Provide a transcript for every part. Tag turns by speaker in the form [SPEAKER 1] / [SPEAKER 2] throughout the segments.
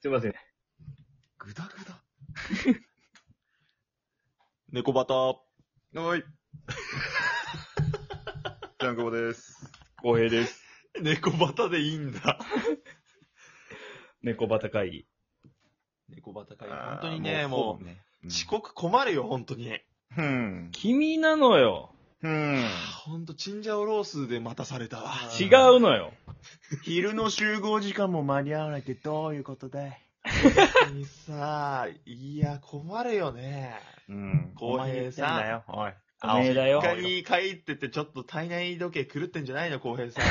[SPEAKER 1] すいません。
[SPEAKER 2] ぐだぐだ。 猫バタ。
[SPEAKER 3] はーい。ジャンクボです。
[SPEAKER 1] 公平です。
[SPEAKER 2] 猫バタでいいんだ。
[SPEAKER 1] 猫バタ会議。
[SPEAKER 2] 猫バタか
[SPEAKER 3] あ
[SPEAKER 2] 本
[SPEAKER 3] ー
[SPEAKER 2] 当にね、もう
[SPEAKER 3] そうね。
[SPEAKER 2] 遅刻困るよ、本当に。
[SPEAKER 3] うん。
[SPEAKER 1] 君なのよ。
[SPEAKER 3] うん。
[SPEAKER 2] ほんと、チンジャオロースで待たされたわ。
[SPEAKER 1] 違うのよ。
[SPEAKER 3] 昼の集合時間も間に合わないってどういうことだい
[SPEAKER 2] 本当にさ、いや、困るよね。
[SPEAKER 3] うん。
[SPEAKER 2] 浩平さん
[SPEAKER 3] お前言ってだよ、おい。
[SPEAKER 1] おめえだよ
[SPEAKER 2] 実家に帰ってってちょっと体内時計狂ってんじゃないの、浩 平さん。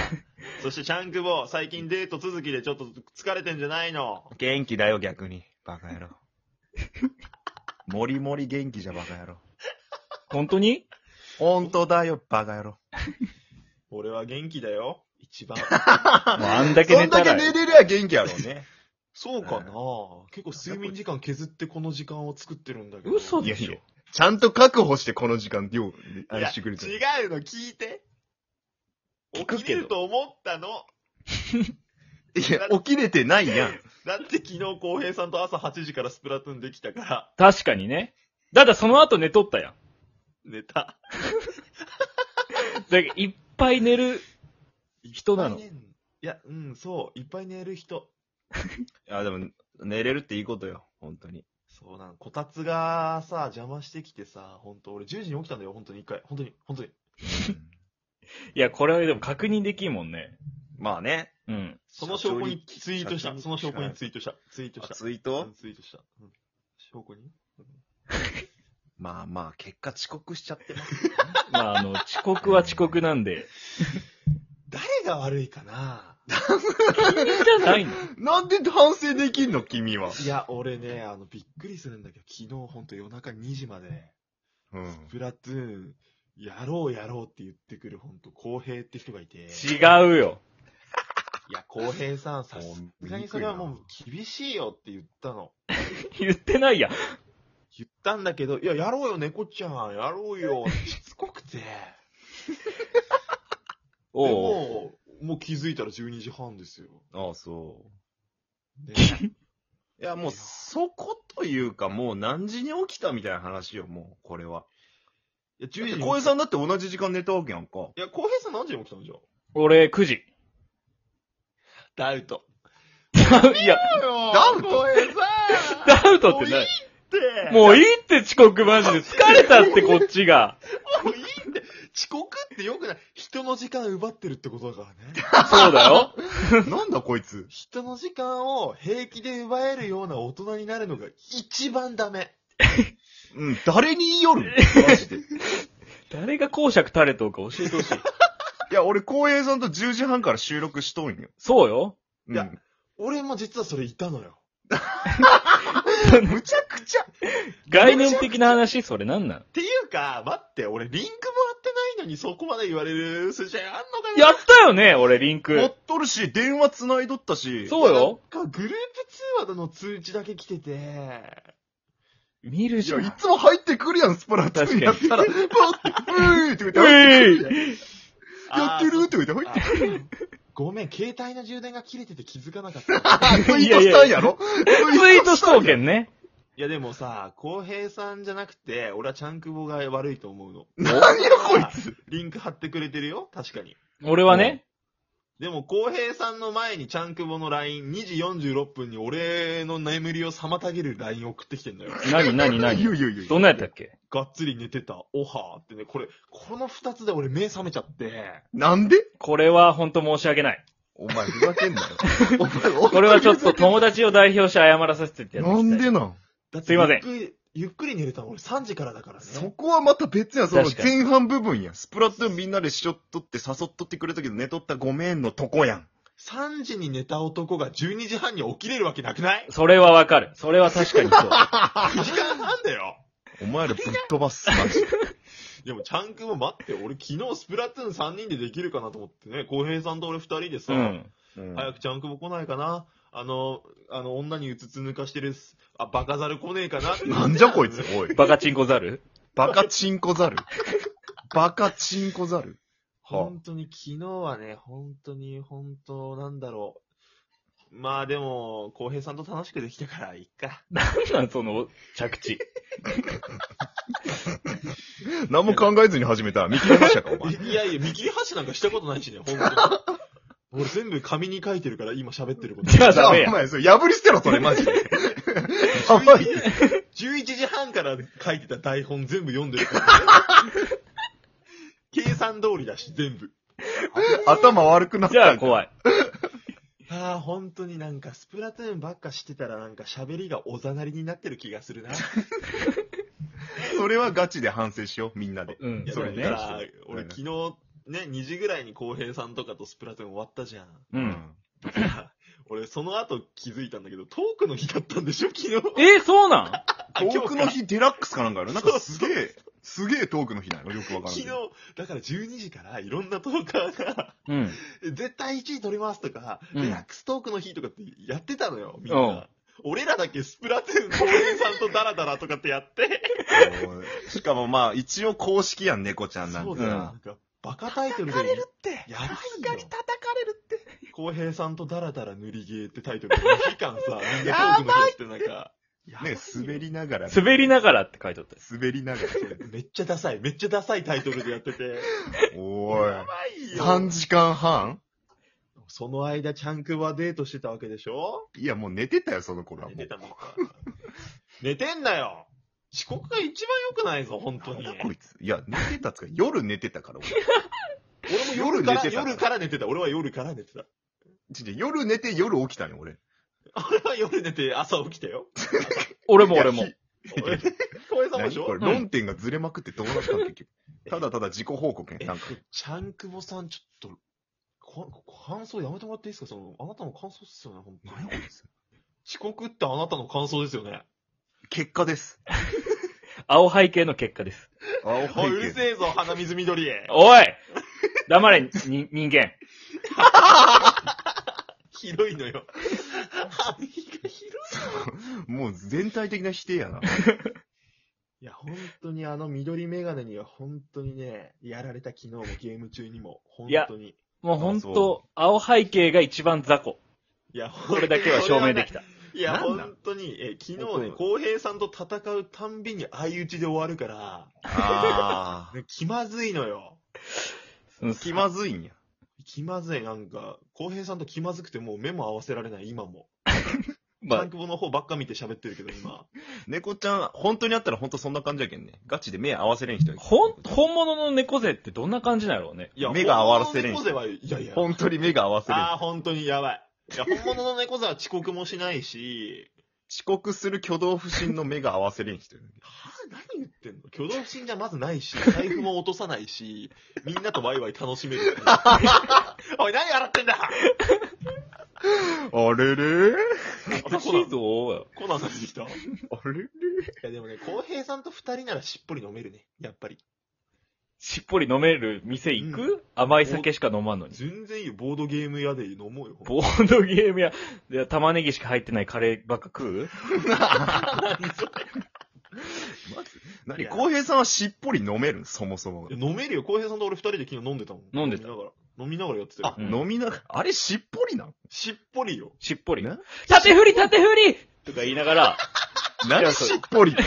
[SPEAKER 2] そして、チャンクボ、最近デート続きでちょっと疲れてんじゃないの。
[SPEAKER 3] 元気だよ、逆に。バカ野郎。もりもり元気じゃバカ野郎。
[SPEAKER 1] 本当に
[SPEAKER 3] 本当だよ、バカ野郎。
[SPEAKER 2] 俺は元気だよ。一番。
[SPEAKER 1] もうあんだけ
[SPEAKER 3] そ
[SPEAKER 1] 寝
[SPEAKER 3] んだ
[SPEAKER 1] た
[SPEAKER 3] け
[SPEAKER 1] ら。
[SPEAKER 3] 寝れりゃ元気やろうね。
[SPEAKER 2] そうかな、
[SPEAKER 3] う
[SPEAKER 2] 結構睡眠時間削ってこの時間を作ってるんだけど。
[SPEAKER 1] 嘘で
[SPEAKER 3] いや
[SPEAKER 1] し
[SPEAKER 3] い
[SPEAKER 1] ょ
[SPEAKER 3] や。ちゃんと確保してこの時間、量、あ
[SPEAKER 2] い
[SPEAKER 3] れ
[SPEAKER 2] や
[SPEAKER 3] してくれてる。
[SPEAKER 2] 違うの聞いて。
[SPEAKER 1] 聞
[SPEAKER 2] 起
[SPEAKER 1] くけど
[SPEAKER 2] きれると思ったの。
[SPEAKER 3] いや、起きれてないやん。
[SPEAKER 2] だって昨日浩平さんと朝8時からスプラトゥーンできたから、
[SPEAKER 1] 確かにね。ただその後寝とったやん。
[SPEAKER 2] 寝た。
[SPEAKER 1] だからいっぱい寝る。人なの
[SPEAKER 2] いっぱい寝んいや、うん、そう。いっぱい寝る人。
[SPEAKER 3] いや、でも、寝れるっていいことよ、本当に。
[SPEAKER 2] そうなの。こたつがさ、邪魔してきてさ、ほんと、俺10時に起きたんだよ、ほんとに一回。ほんとに、ほんとに。
[SPEAKER 1] いや、これはでも確認できんもんね。
[SPEAKER 3] まあね。
[SPEAKER 1] うん。
[SPEAKER 2] その証拠にツイートし
[SPEAKER 3] 社長
[SPEAKER 2] た。
[SPEAKER 3] に
[SPEAKER 2] その証拠にツイートした。ツイートし
[SPEAKER 3] あ
[SPEAKER 2] た。
[SPEAKER 3] ツイー
[SPEAKER 2] う
[SPEAKER 3] ト
[SPEAKER 2] んツイートした。うん証拠に
[SPEAKER 3] まあまあ、結果遅刻しちゃってます。
[SPEAKER 1] まあ、あの、遅刻は遅刻なんで。
[SPEAKER 2] 誰が悪いかな
[SPEAKER 1] 君じゃないの
[SPEAKER 3] なんで反省できんの、君は。
[SPEAKER 2] いや、俺ね、あの、びっくりするんだけど、昨日ほんと夜中2時まで、
[SPEAKER 3] うん。
[SPEAKER 2] プラトゥーン、やろうやろうって言ってくるほんと、公平って人がいて、い
[SPEAKER 1] 違うよ。
[SPEAKER 2] や、公平さん、さすがにそれはもう厳しいよって言ったの。
[SPEAKER 1] 言ってないやん。
[SPEAKER 2] 言ったんだけど、いや、やろうよ、猫ちゃん、やろうよ、しつこくて。で
[SPEAKER 1] おう。
[SPEAKER 2] もう、もう気づいたら12時半ですよ。
[SPEAKER 3] ああ、そ
[SPEAKER 2] ね、
[SPEAKER 3] う。いや、もう、そこというか、もう何時に起きたみたいな話よ、もう、これは。
[SPEAKER 2] いや、10時
[SPEAKER 3] だ
[SPEAKER 2] に
[SPEAKER 3] っ
[SPEAKER 2] 起
[SPEAKER 3] て
[SPEAKER 2] き
[SPEAKER 3] 浩平さんだって同じ時間寝たわけやんか。
[SPEAKER 2] いや、浩平さん何時に起きたのじゃん
[SPEAKER 1] 俺、9時。
[SPEAKER 2] ダウト。
[SPEAKER 1] いや、
[SPEAKER 3] ダウト
[SPEAKER 1] ダウトってない。
[SPEAKER 2] って
[SPEAKER 1] もういいって遅刻マジで。疲れたってこっち が。
[SPEAKER 2] もういいんだよ遅刻ってよくない。人の時間奪ってるってことだからね。
[SPEAKER 1] そうだよ。
[SPEAKER 3] なんだこいつ。
[SPEAKER 2] 人の時間を平気で奪えるような大人になるのが一番ダメ。
[SPEAKER 3] うん、誰に言いよ るマジで。い
[SPEAKER 1] 誰が公爵垂れとうか教えてほしい。
[SPEAKER 3] や、俺、浩平さんと10時半から収録しとんよ。
[SPEAKER 1] そうよ。
[SPEAKER 3] う
[SPEAKER 2] いや
[SPEAKER 3] ん。
[SPEAKER 2] 俺も実はそれいたのよ。
[SPEAKER 3] むちゃくちゃ。
[SPEAKER 1] 概念的な話、それなんなん
[SPEAKER 2] っていうか、待って、俺リンクもらってないのにそこまで言われる筋合いあんのかな
[SPEAKER 1] やったよね、俺、リン
[SPEAKER 3] 持
[SPEAKER 1] ク
[SPEAKER 3] っ。とるし、電話繋いどったし。
[SPEAKER 1] そうよ。
[SPEAKER 2] なんかグループ通話の通知だけ来てて。
[SPEAKER 1] 見る
[SPEAKER 3] い
[SPEAKER 1] じゃ
[SPEAKER 3] や、
[SPEAKER 1] ん。
[SPEAKER 3] いつも入ってくるやん、スプラトゥーンやった ら。うーいって言って入ってくるやんやってるって言って入って
[SPEAKER 2] あ
[SPEAKER 3] くる。
[SPEAKER 2] ごめん、携帯の充電が切れてて気づかなかった。
[SPEAKER 3] あ、ツイートしたんやろ
[SPEAKER 1] ツイートしとうけ
[SPEAKER 3] ん。
[SPEAKER 1] んね。
[SPEAKER 2] いやでもさ、浩平さんじゃなくて、俺はチャンクボが悪いと思うの。
[SPEAKER 3] 何やこいつ。
[SPEAKER 2] リンク貼ってくれてるよ確かに。
[SPEAKER 1] 俺はね、
[SPEAKER 2] でも、浩平さんの前にチャンクボの LINE、2時46分に俺の眠りを妨げる LINE 送ってきてんだよ。
[SPEAKER 1] なになにないに
[SPEAKER 3] やいやいやい
[SPEAKER 1] どんなやったっけ
[SPEAKER 2] がっつり寝てた、オハーってね、これ、この二つで俺目覚めちゃって、
[SPEAKER 3] なんで
[SPEAKER 1] これは本当申し訳ない。
[SPEAKER 3] お前ふざけんなよ。お前お 前
[SPEAKER 1] これはちょっと友達を代表して謝らさせてってやっていき
[SPEAKER 3] な
[SPEAKER 1] たい
[SPEAKER 3] んでなん
[SPEAKER 2] だって
[SPEAKER 1] すいません
[SPEAKER 2] ゆっくり、ゆっくり寝れたの俺3時からだからね。
[SPEAKER 3] そこはまた別やん、その
[SPEAKER 1] 確かに
[SPEAKER 3] 前半部分やん。スプラトゥーンみんなでしょっとって誘っとってくれたけど寝とったごめんのとこやん。
[SPEAKER 2] 3時に寝た男が12時半に起きれるわけなくない
[SPEAKER 1] それはわかる。それは確かにそう。
[SPEAKER 2] ?9 時間半だよ
[SPEAKER 3] お前らぶっ飛ばす、マジで。
[SPEAKER 2] でも、チャンクボ待って、俺昨日スプラトゥーン3人でできるかなと思ってね、浩平さんと俺2人 でさ、
[SPEAKER 1] うん。
[SPEAKER 3] うん
[SPEAKER 2] 早くちゃんくぼ来ないかなあの、あの、女にうつつ抜かしてるす。あ、バカザル来ねえかな
[SPEAKER 3] なんじゃこいつ、おい。
[SPEAKER 1] バカチンコザル
[SPEAKER 3] バカチンコザル。バカチンコザル。
[SPEAKER 2] 本当に昨日はね、本当に、本当、なんだろう。まあでも、浩平さんと楽しくできたから、いっか。
[SPEAKER 1] なんなんその着地。
[SPEAKER 3] 何も考えずに始めた。見切りましたか、お前。
[SPEAKER 2] いやいや、見切り発車なんかしたことないしね、本 当に。俺全部紙に書いてるから、今喋ってること。
[SPEAKER 1] じゃあ
[SPEAKER 3] じゃ
[SPEAKER 1] ダ
[SPEAKER 3] あ、
[SPEAKER 1] メ
[SPEAKER 3] お
[SPEAKER 1] や。
[SPEAKER 3] 前、それ破り捨てろ、それ、マジで。あんまり
[SPEAKER 2] 11時 ,11 時半から書いてた台本全部読んでるから、計算通りだし、全部。
[SPEAKER 3] 頭悪くなっ
[SPEAKER 1] じゃあ
[SPEAKER 3] た。
[SPEAKER 1] 怖い。
[SPEAKER 2] ああ、本当になんか、スプラトゥーンばっかしてたらなんか喋りがおざなりになってる気がするな。
[SPEAKER 3] それはガチで反省しよう、みんなで。
[SPEAKER 1] うん
[SPEAKER 2] いや、
[SPEAKER 3] そ
[SPEAKER 2] だ
[SPEAKER 3] れ
[SPEAKER 2] か
[SPEAKER 3] ね
[SPEAKER 2] ら、俺
[SPEAKER 3] うん
[SPEAKER 2] 昨日ね、2時ぐらいに浩平さんとかとスプラトゥーン終わったじゃん。
[SPEAKER 1] う。。
[SPEAKER 3] うん
[SPEAKER 2] 俺、その後気づいたんだけど、トークの日だったんでしょ昨日。
[SPEAKER 1] えー、そうなん
[SPEAKER 2] あ
[SPEAKER 3] トークの
[SPEAKER 2] 今日か
[SPEAKER 3] 日、デラックスかなんかやろなんかすげえ、すげえトークの日なんよ。よくわからん
[SPEAKER 2] 昨
[SPEAKER 3] け
[SPEAKER 2] 日
[SPEAKER 3] ど。、
[SPEAKER 2] だから12時からいろんなトーカーが、
[SPEAKER 1] うん。
[SPEAKER 2] 絶対1位取りますとか、
[SPEAKER 1] うん
[SPEAKER 2] リラックストークの日とかってやってたのよ、みんな。
[SPEAKER 1] うん
[SPEAKER 2] 俺らだけスプラトゥーン、浩平さんとダラダラとかってやって。
[SPEAKER 3] おい しかもまあ、一応公式やん、猫ちゃんなん
[SPEAKER 2] そう
[SPEAKER 3] て
[SPEAKER 2] だよ。
[SPEAKER 1] うん
[SPEAKER 2] なんか、バカタイトルで。
[SPEAKER 1] 叩かれるって
[SPEAKER 2] やばいよ。
[SPEAKER 1] かれるって。
[SPEAKER 2] 浩平さんとダラダラ塗りゲーってタイトルで、2時間 さ、みんなトークの日やってなんか、やばい
[SPEAKER 3] ね
[SPEAKER 2] よ、
[SPEAKER 3] 滑りながら。
[SPEAKER 1] 滑りながらって書いてあった。
[SPEAKER 3] 滑りながら。
[SPEAKER 2] めっちゃダサい、めっちゃダサいタイトルでやってて。
[SPEAKER 3] おい。
[SPEAKER 2] い
[SPEAKER 3] 3時間半
[SPEAKER 2] その間、チャンクはデートしてたわけでしょ
[SPEAKER 3] いや、もう寝てたよ、その頃はも
[SPEAKER 2] 寝
[SPEAKER 3] う
[SPEAKER 2] て。たもんか。寝てんなよ遅刻が一番良くないぞ、本当に。
[SPEAKER 3] なんだこいつ。いや、寝てたっつうか、夜寝てたから、俺。
[SPEAKER 2] 俺も夜から、
[SPEAKER 3] 夜寝てた
[SPEAKER 2] 夜から寝てた。俺は夜から寝てた。
[SPEAKER 3] ちょちょ夜寝て夜起きたのよ、俺。
[SPEAKER 2] 俺は夜寝て朝起きた よ。
[SPEAKER 1] 俺も俺も
[SPEAKER 3] いや。。
[SPEAKER 2] 俺浩平さんもで
[SPEAKER 3] 何
[SPEAKER 2] しょ
[SPEAKER 3] こ
[SPEAKER 1] う
[SPEAKER 3] れ、
[SPEAKER 1] ん
[SPEAKER 3] 論点がずれまくってどうなったの結局。ただただ自己報告ね、なんか。
[SPEAKER 2] チャンクボさん、ちょっと、こ感想やめてもらっていいですかその、あなたの感想っすよね、本当
[SPEAKER 3] 何
[SPEAKER 2] に
[SPEAKER 3] こ。いつ
[SPEAKER 2] 遅刻ってあなたの感想ですよね。
[SPEAKER 3] 結果です。
[SPEAKER 1] 青背景の結果です。
[SPEAKER 2] お
[SPEAKER 3] 青
[SPEAKER 2] い、う
[SPEAKER 3] 背
[SPEAKER 2] る
[SPEAKER 3] 景。
[SPEAKER 2] せえぞ、鼻水緑。
[SPEAKER 1] おい黙れ、に、人間。
[SPEAKER 2] 広いのよ。鼻が広い。
[SPEAKER 3] もう全体的な否定やな。
[SPEAKER 2] いや、本当にあの緑メガネには本当にね、やられた昨日もゲーム中にも、本
[SPEAKER 1] いや
[SPEAKER 2] 当に。い
[SPEAKER 1] もうほん
[SPEAKER 3] あ
[SPEAKER 1] と
[SPEAKER 3] そ、
[SPEAKER 1] 青背景が一番雑魚。
[SPEAKER 2] や、
[SPEAKER 1] これだけは証明でき
[SPEAKER 2] た。
[SPEAKER 1] た。
[SPEAKER 2] いや、
[SPEAKER 3] なんだ
[SPEAKER 2] 本当に、え、昨
[SPEAKER 3] 本
[SPEAKER 2] 日ね、浩平さんと戦うたんびに相打ちで終わるから、
[SPEAKER 3] あ
[SPEAKER 2] ね気まずいのよ。
[SPEAKER 1] うん
[SPEAKER 3] ー。気まずいんや。
[SPEAKER 2] 気まずい、なんか、浩平さんと気まずくてもう目も合わせられない、今 も。
[SPEAKER 1] ま
[SPEAKER 2] タ
[SPEAKER 1] あ
[SPEAKER 2] ンクボの方ばっか見て喋ってるけど、今。
[SPEAKER 3] 猫ちゃん、本当にあったら本当そんな感じやけんね。ガチで目合わせれん人やけ
[SPEAKER 1] ほん、本物の猫背ってどんな感じなんやろうね。
[SPEAKER 2] いや、
[SPEAKER 3] 目が合わせれん
[SPEAKER 2] 本物の猫背は、いやいや。
[SPEAKER 3] 本当に目が合わせれん
[SPEAKER 2] ああ、本当にやばい。いや、本物の猫背は遅刻もしないし、
[SPEAKER 3] 遅刻する挙動不審の目が合わせれん人やね。
[SPEAKER 2] はぁ、何言ってんの挙動不審じゃまずないし、財布も落とさないし、みんなとワイワイ楽しめる。 おい、何笑ってん だ
[SPEAKER 3] あれれ
[SPEAKER 1] おかしいぞ。
[SPEAKER 2] コナンさん出てきたい
[SPEAKER 3] あれれ
[SPEAKER 2] や、でもね、浩平さんと二人ならしっぽり飲めるね。やっぱり。
[SPEAKER 1] しっぽり飲める店行く、甘い酒しか飲まんのに。
[SPEAKER 2] 全然いいよ。ボードゲーム屋で飲もうよ。
[SPEAKER 1] ボードゲームや、で玉ねぎしか入ってないカレーばっか食う
[SPEAKER 3] 何浩平さんはしっぽり飲めるんそもそもが
[SPEAKER 2] い。や飲めるよ。浩平さんと俺二人で昨日飲んでたもん。
[SPEAKER 1] 飲んでた
[SPEAKER 2] 飲みながら。飲みながらやってた
[SPEAKER 3] あ
[SPEAKER 2] よ、。
[SPEAKER 1] うん
[SPEAKER 3] 飲みながら、あれしっぽりなん
[SPEAKER 2] しっぽりよ。
[SPEAKER 1] しっぽり
[SPEAKER 3] な。
[SPEAKER 1] 縦振り縦振りとか言いながら、
[SPEAKER 3] 何
[SPEAKER 1] そ
[SPEAKER 3] し
[SPEAKER 1] う
[SPEAKER 3] っぽりって。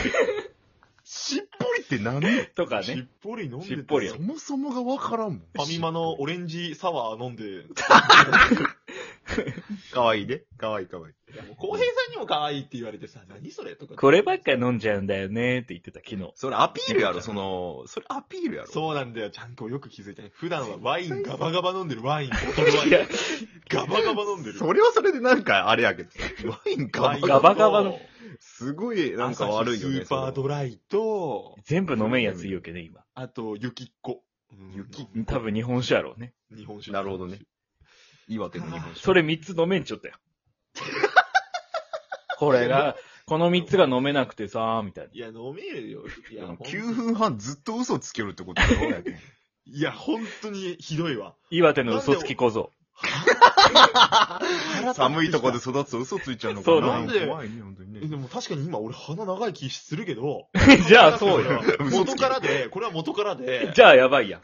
[SPEAKER 3] しっぽりって何
[SPEAKER 1] とか
[SPEAKER 2] し
[SPEAKER 1] ね。
[SPEAKER 2] っぽり飲んで
[SPEAKER 1] し
[SPEAKER 2] た
[SPEAKER 1] っぽりよ
[SPEAKER 3] そもそもがわからんもん。
[SPEAKER 2] ファミマのオレンジサワー飲んで。
[SPEAKER 3] かわいいね。かわいいかわいい。
[SPEAKER 2] いや、もう浩平さんにも可愛いって言われてさ、何それとか。
[SPEAKER 1] こればっか飲んじゃうんだよねって言ってた昨日。
[SPEAKER 3] それアピールやろ、その、それアピールやろ。
[SPEAKER 2] そうなんだよ、ちゃんとよく気づいたね。普段はワインガバガバ飲んでる、 ワイン、ボトルワイン
[SPEAKER 1] いや。
[SPEAKER 2] ガバガバ飲んでる。
[SPEAKER 3] それはそれでなんかあれやけどさ、ワイン
[SPEAKER 2] ワ
[SPEAKER 3] か
[SPEAKER 2] イン
[SPEAKER 1] ガバガバの。
[SPEAKER 3] すごいなんか悪いよね。
[SPEAKER 2] 朝日スーパードライと、
[SPEAKER 1] 全部飲めんやつ言うけどね、今。
[SPEAKER 2] あと、雪っこ。うん
[SPEAKER 3] 雪
[SPEAKER 1] 多分日本酒やろうね。
[SPEAKER 2] 日本酒。
[SPEAKER 3] なるほどね。岩手の日本酒。
[SPEAKER 1] それ3つ飲めんちょ ったよ。これが、この3つが飲めなくてさ、みたいな。
[SPEAKER 2] いや、飲めるよ。いや、
[SPEAKER 3] 9分半ずっと嘘つけるってことだろやけん。
[SPEAKER 2] いや、本当にひどいわ。
[SPEAKER 1] 岩手の嘘つき小僧。
[SPEAKER 3] 寒いとこで育つと嘘ついちゃうのか
[SPEAKER 1] そう
[SPEAKER 3] な。
[SPEAKER 1] なん
[SPEAKER 2] で
[SPEAKER 3] 怖いね、本当に
[SPEAKER 2] えで
[SPEAKER 3] ね。
[SPEAKER 2] も確かに今俺鼻長い気するけど。
[SPEAKER 1] じゃあそうよ。
[SPEAKER 2] 元からで、これは元からで。
[SPEAKER 1] じゃあやばいやん。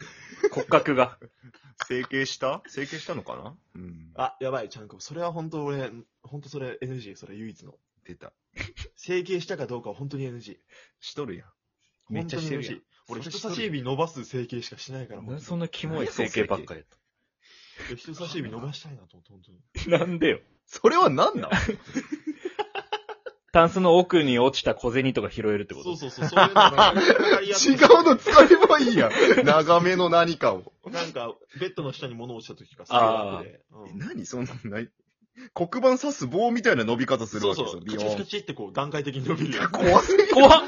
[SPEAKER 1] 骨格が。
[SPEAKER 3] 整形した整形したのかなうん。
[SPEAKER 2] あ、やばい、ちゃんこ。それは本当俺、本当それ NG、それ唯一の。
[SPEAKER 3] 出た。
[SPEAKER 2] 整形したかどうかは本当に NG。
[SPEAKER 3] しとるやん。めっちゃしてるやん。
[SPEAKER 2] 俺
[SPEAKER 3] そ
[SPEAKER 2] 人
[SPEAKER 3] れしとる
[SPEAKER 2] 差し指伸ばす整形しかしないから、
[SPEAKER 1] なんでそ
[SPEAKER 2] ん
[SPEAKER 1] んなキモい整形ばっかり
[SPEAKER 2] 人差し指伸ばしたいなと思って、本当に。
[SPEAKER 1] やった。なんでよ。
[SPEAKER 3] それは何なの
[SPEAKER 1] タンスの奥に落ちた小銭とか拾えるってこ
[SPEAKER 2] そ
[SPEAKER 1] と
[SPEAKER 2] うそうそう、そういうのがなんか分かり
[SPEAKER 3] 違
[SPEAKER 2] や
[SPEAKER 3] う
[SPEAKER 2] すい
[SPEAKER 3] の使えばいいや ん。長めの何かを。
[SPEAKER 2] なんか、ベッドの下に物落ちた時とか、
[SPEAKER 1] あー
[SPEAKER 2] そういうので
[SPEAKER 3] え
[SPEAKER 2] うん
[SPEAKER 3] 何そんなんない黒板刺す棒みたいな伸び方する
[SPEAKER 2] そう
[SPEAKER 3] わけ
[SPEAKER 2] そ
[SPEAKER 3] ですよ
[SPEAKER 2] う、、
[SPEAKER 3] ビ
[SPEAKER 2] カ
[SPEAKER 3] ヨ
[SPEAKER 2] チカチ
[SPEAKER 3] ー
[SPEAKER 2] カ
[SPEAKER 3] ン。
[SPEAKER 2] チってこう、段階的に伸びる やつ。
[SPEAKER 3] 怖すぎる。
[SPEAKER 1] 怖っ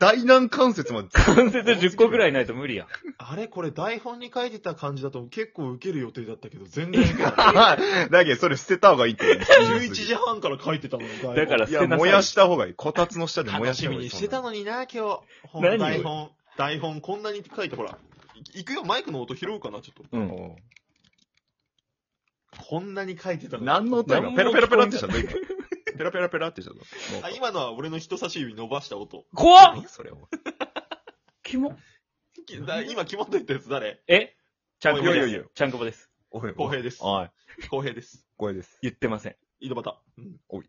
[SPEAKER 3] 大軟関節まで。
[SPEAKER 1] 関節10個ぐらいないと無理やん。
[SPEAKER 2] あれこれ台本に書いてた感じだと結構受ける予定だったけど、全然受けない。
[SPEAKER 3] はい。 だけど、それ捨てた方がいいって。
[SPEAKER 2] 11時半から書いてたのに、台本
[SPEAKER 1] だから
[SPEAKER 3] い
[SPEAKER 1] 捨
[SPEAKER 3] や、
[SPEAKER 1] てな
[SPEAKER 3] 燃や
[SPEAKER 1] さ
[SPEAKER 3] した方がいい。こたつの下で燃や
[SPEAKER 2] 楽
[SPEAKER 3] した
[SPEAKER 2] し
[SPEAKER 3] 方
[SPEAKER 2] み
[SPEAKER 3] がいい。
[SPEAKER 2] にしてたのにな、今日。ほん
[SPEAKER 1] 何
[SPEAKER 2] 台本、台本こんなに書いて、ほら。い行くよ、マイクの音拾うかな、ちょっと。
[SPEAKER 1] い。う
[SPEAKER 3] そん
[SPEAKER 1] ん
[SPEAKER 2] こんな
[SPEAKER 3] な。の
[SPEAKER 2] に書いてたのに。
[SPEAKER 3] 何の音今
[SPEAKER 1] 何も聞こえん
[SPEAKER 3] ペラペラペラってしたの今。ペラペラペラってしたの
[SPEAKER 2] あ、今のは俺の人差し指伸ばした音。
[SPEAKER 1] 怖っ
[SPEAKER 3] 何それを。
[SPEAKER 1] キモ。
[SPEAKER 2] きだ今、肝といったやつ誰
[SPEAKER 1] えちゃんこぼ
[SPEAKER 2] いや
[SPEAKER 1] で
[SPEAKER 2] いやい
[SPEAKER 1] す。ちゃんこぼです。
[SPEAKER 3] おい
[SPEAKER 2] 公平です
[SPEAKER 3] はい。
[SPEAKER 2] 公平です。
[SPEAKER 3] 光栄です。
[SPEAKER 1] 言ってません。
[SPEAKER 2] 井戸端。うん
[SPEAKER 3] おい。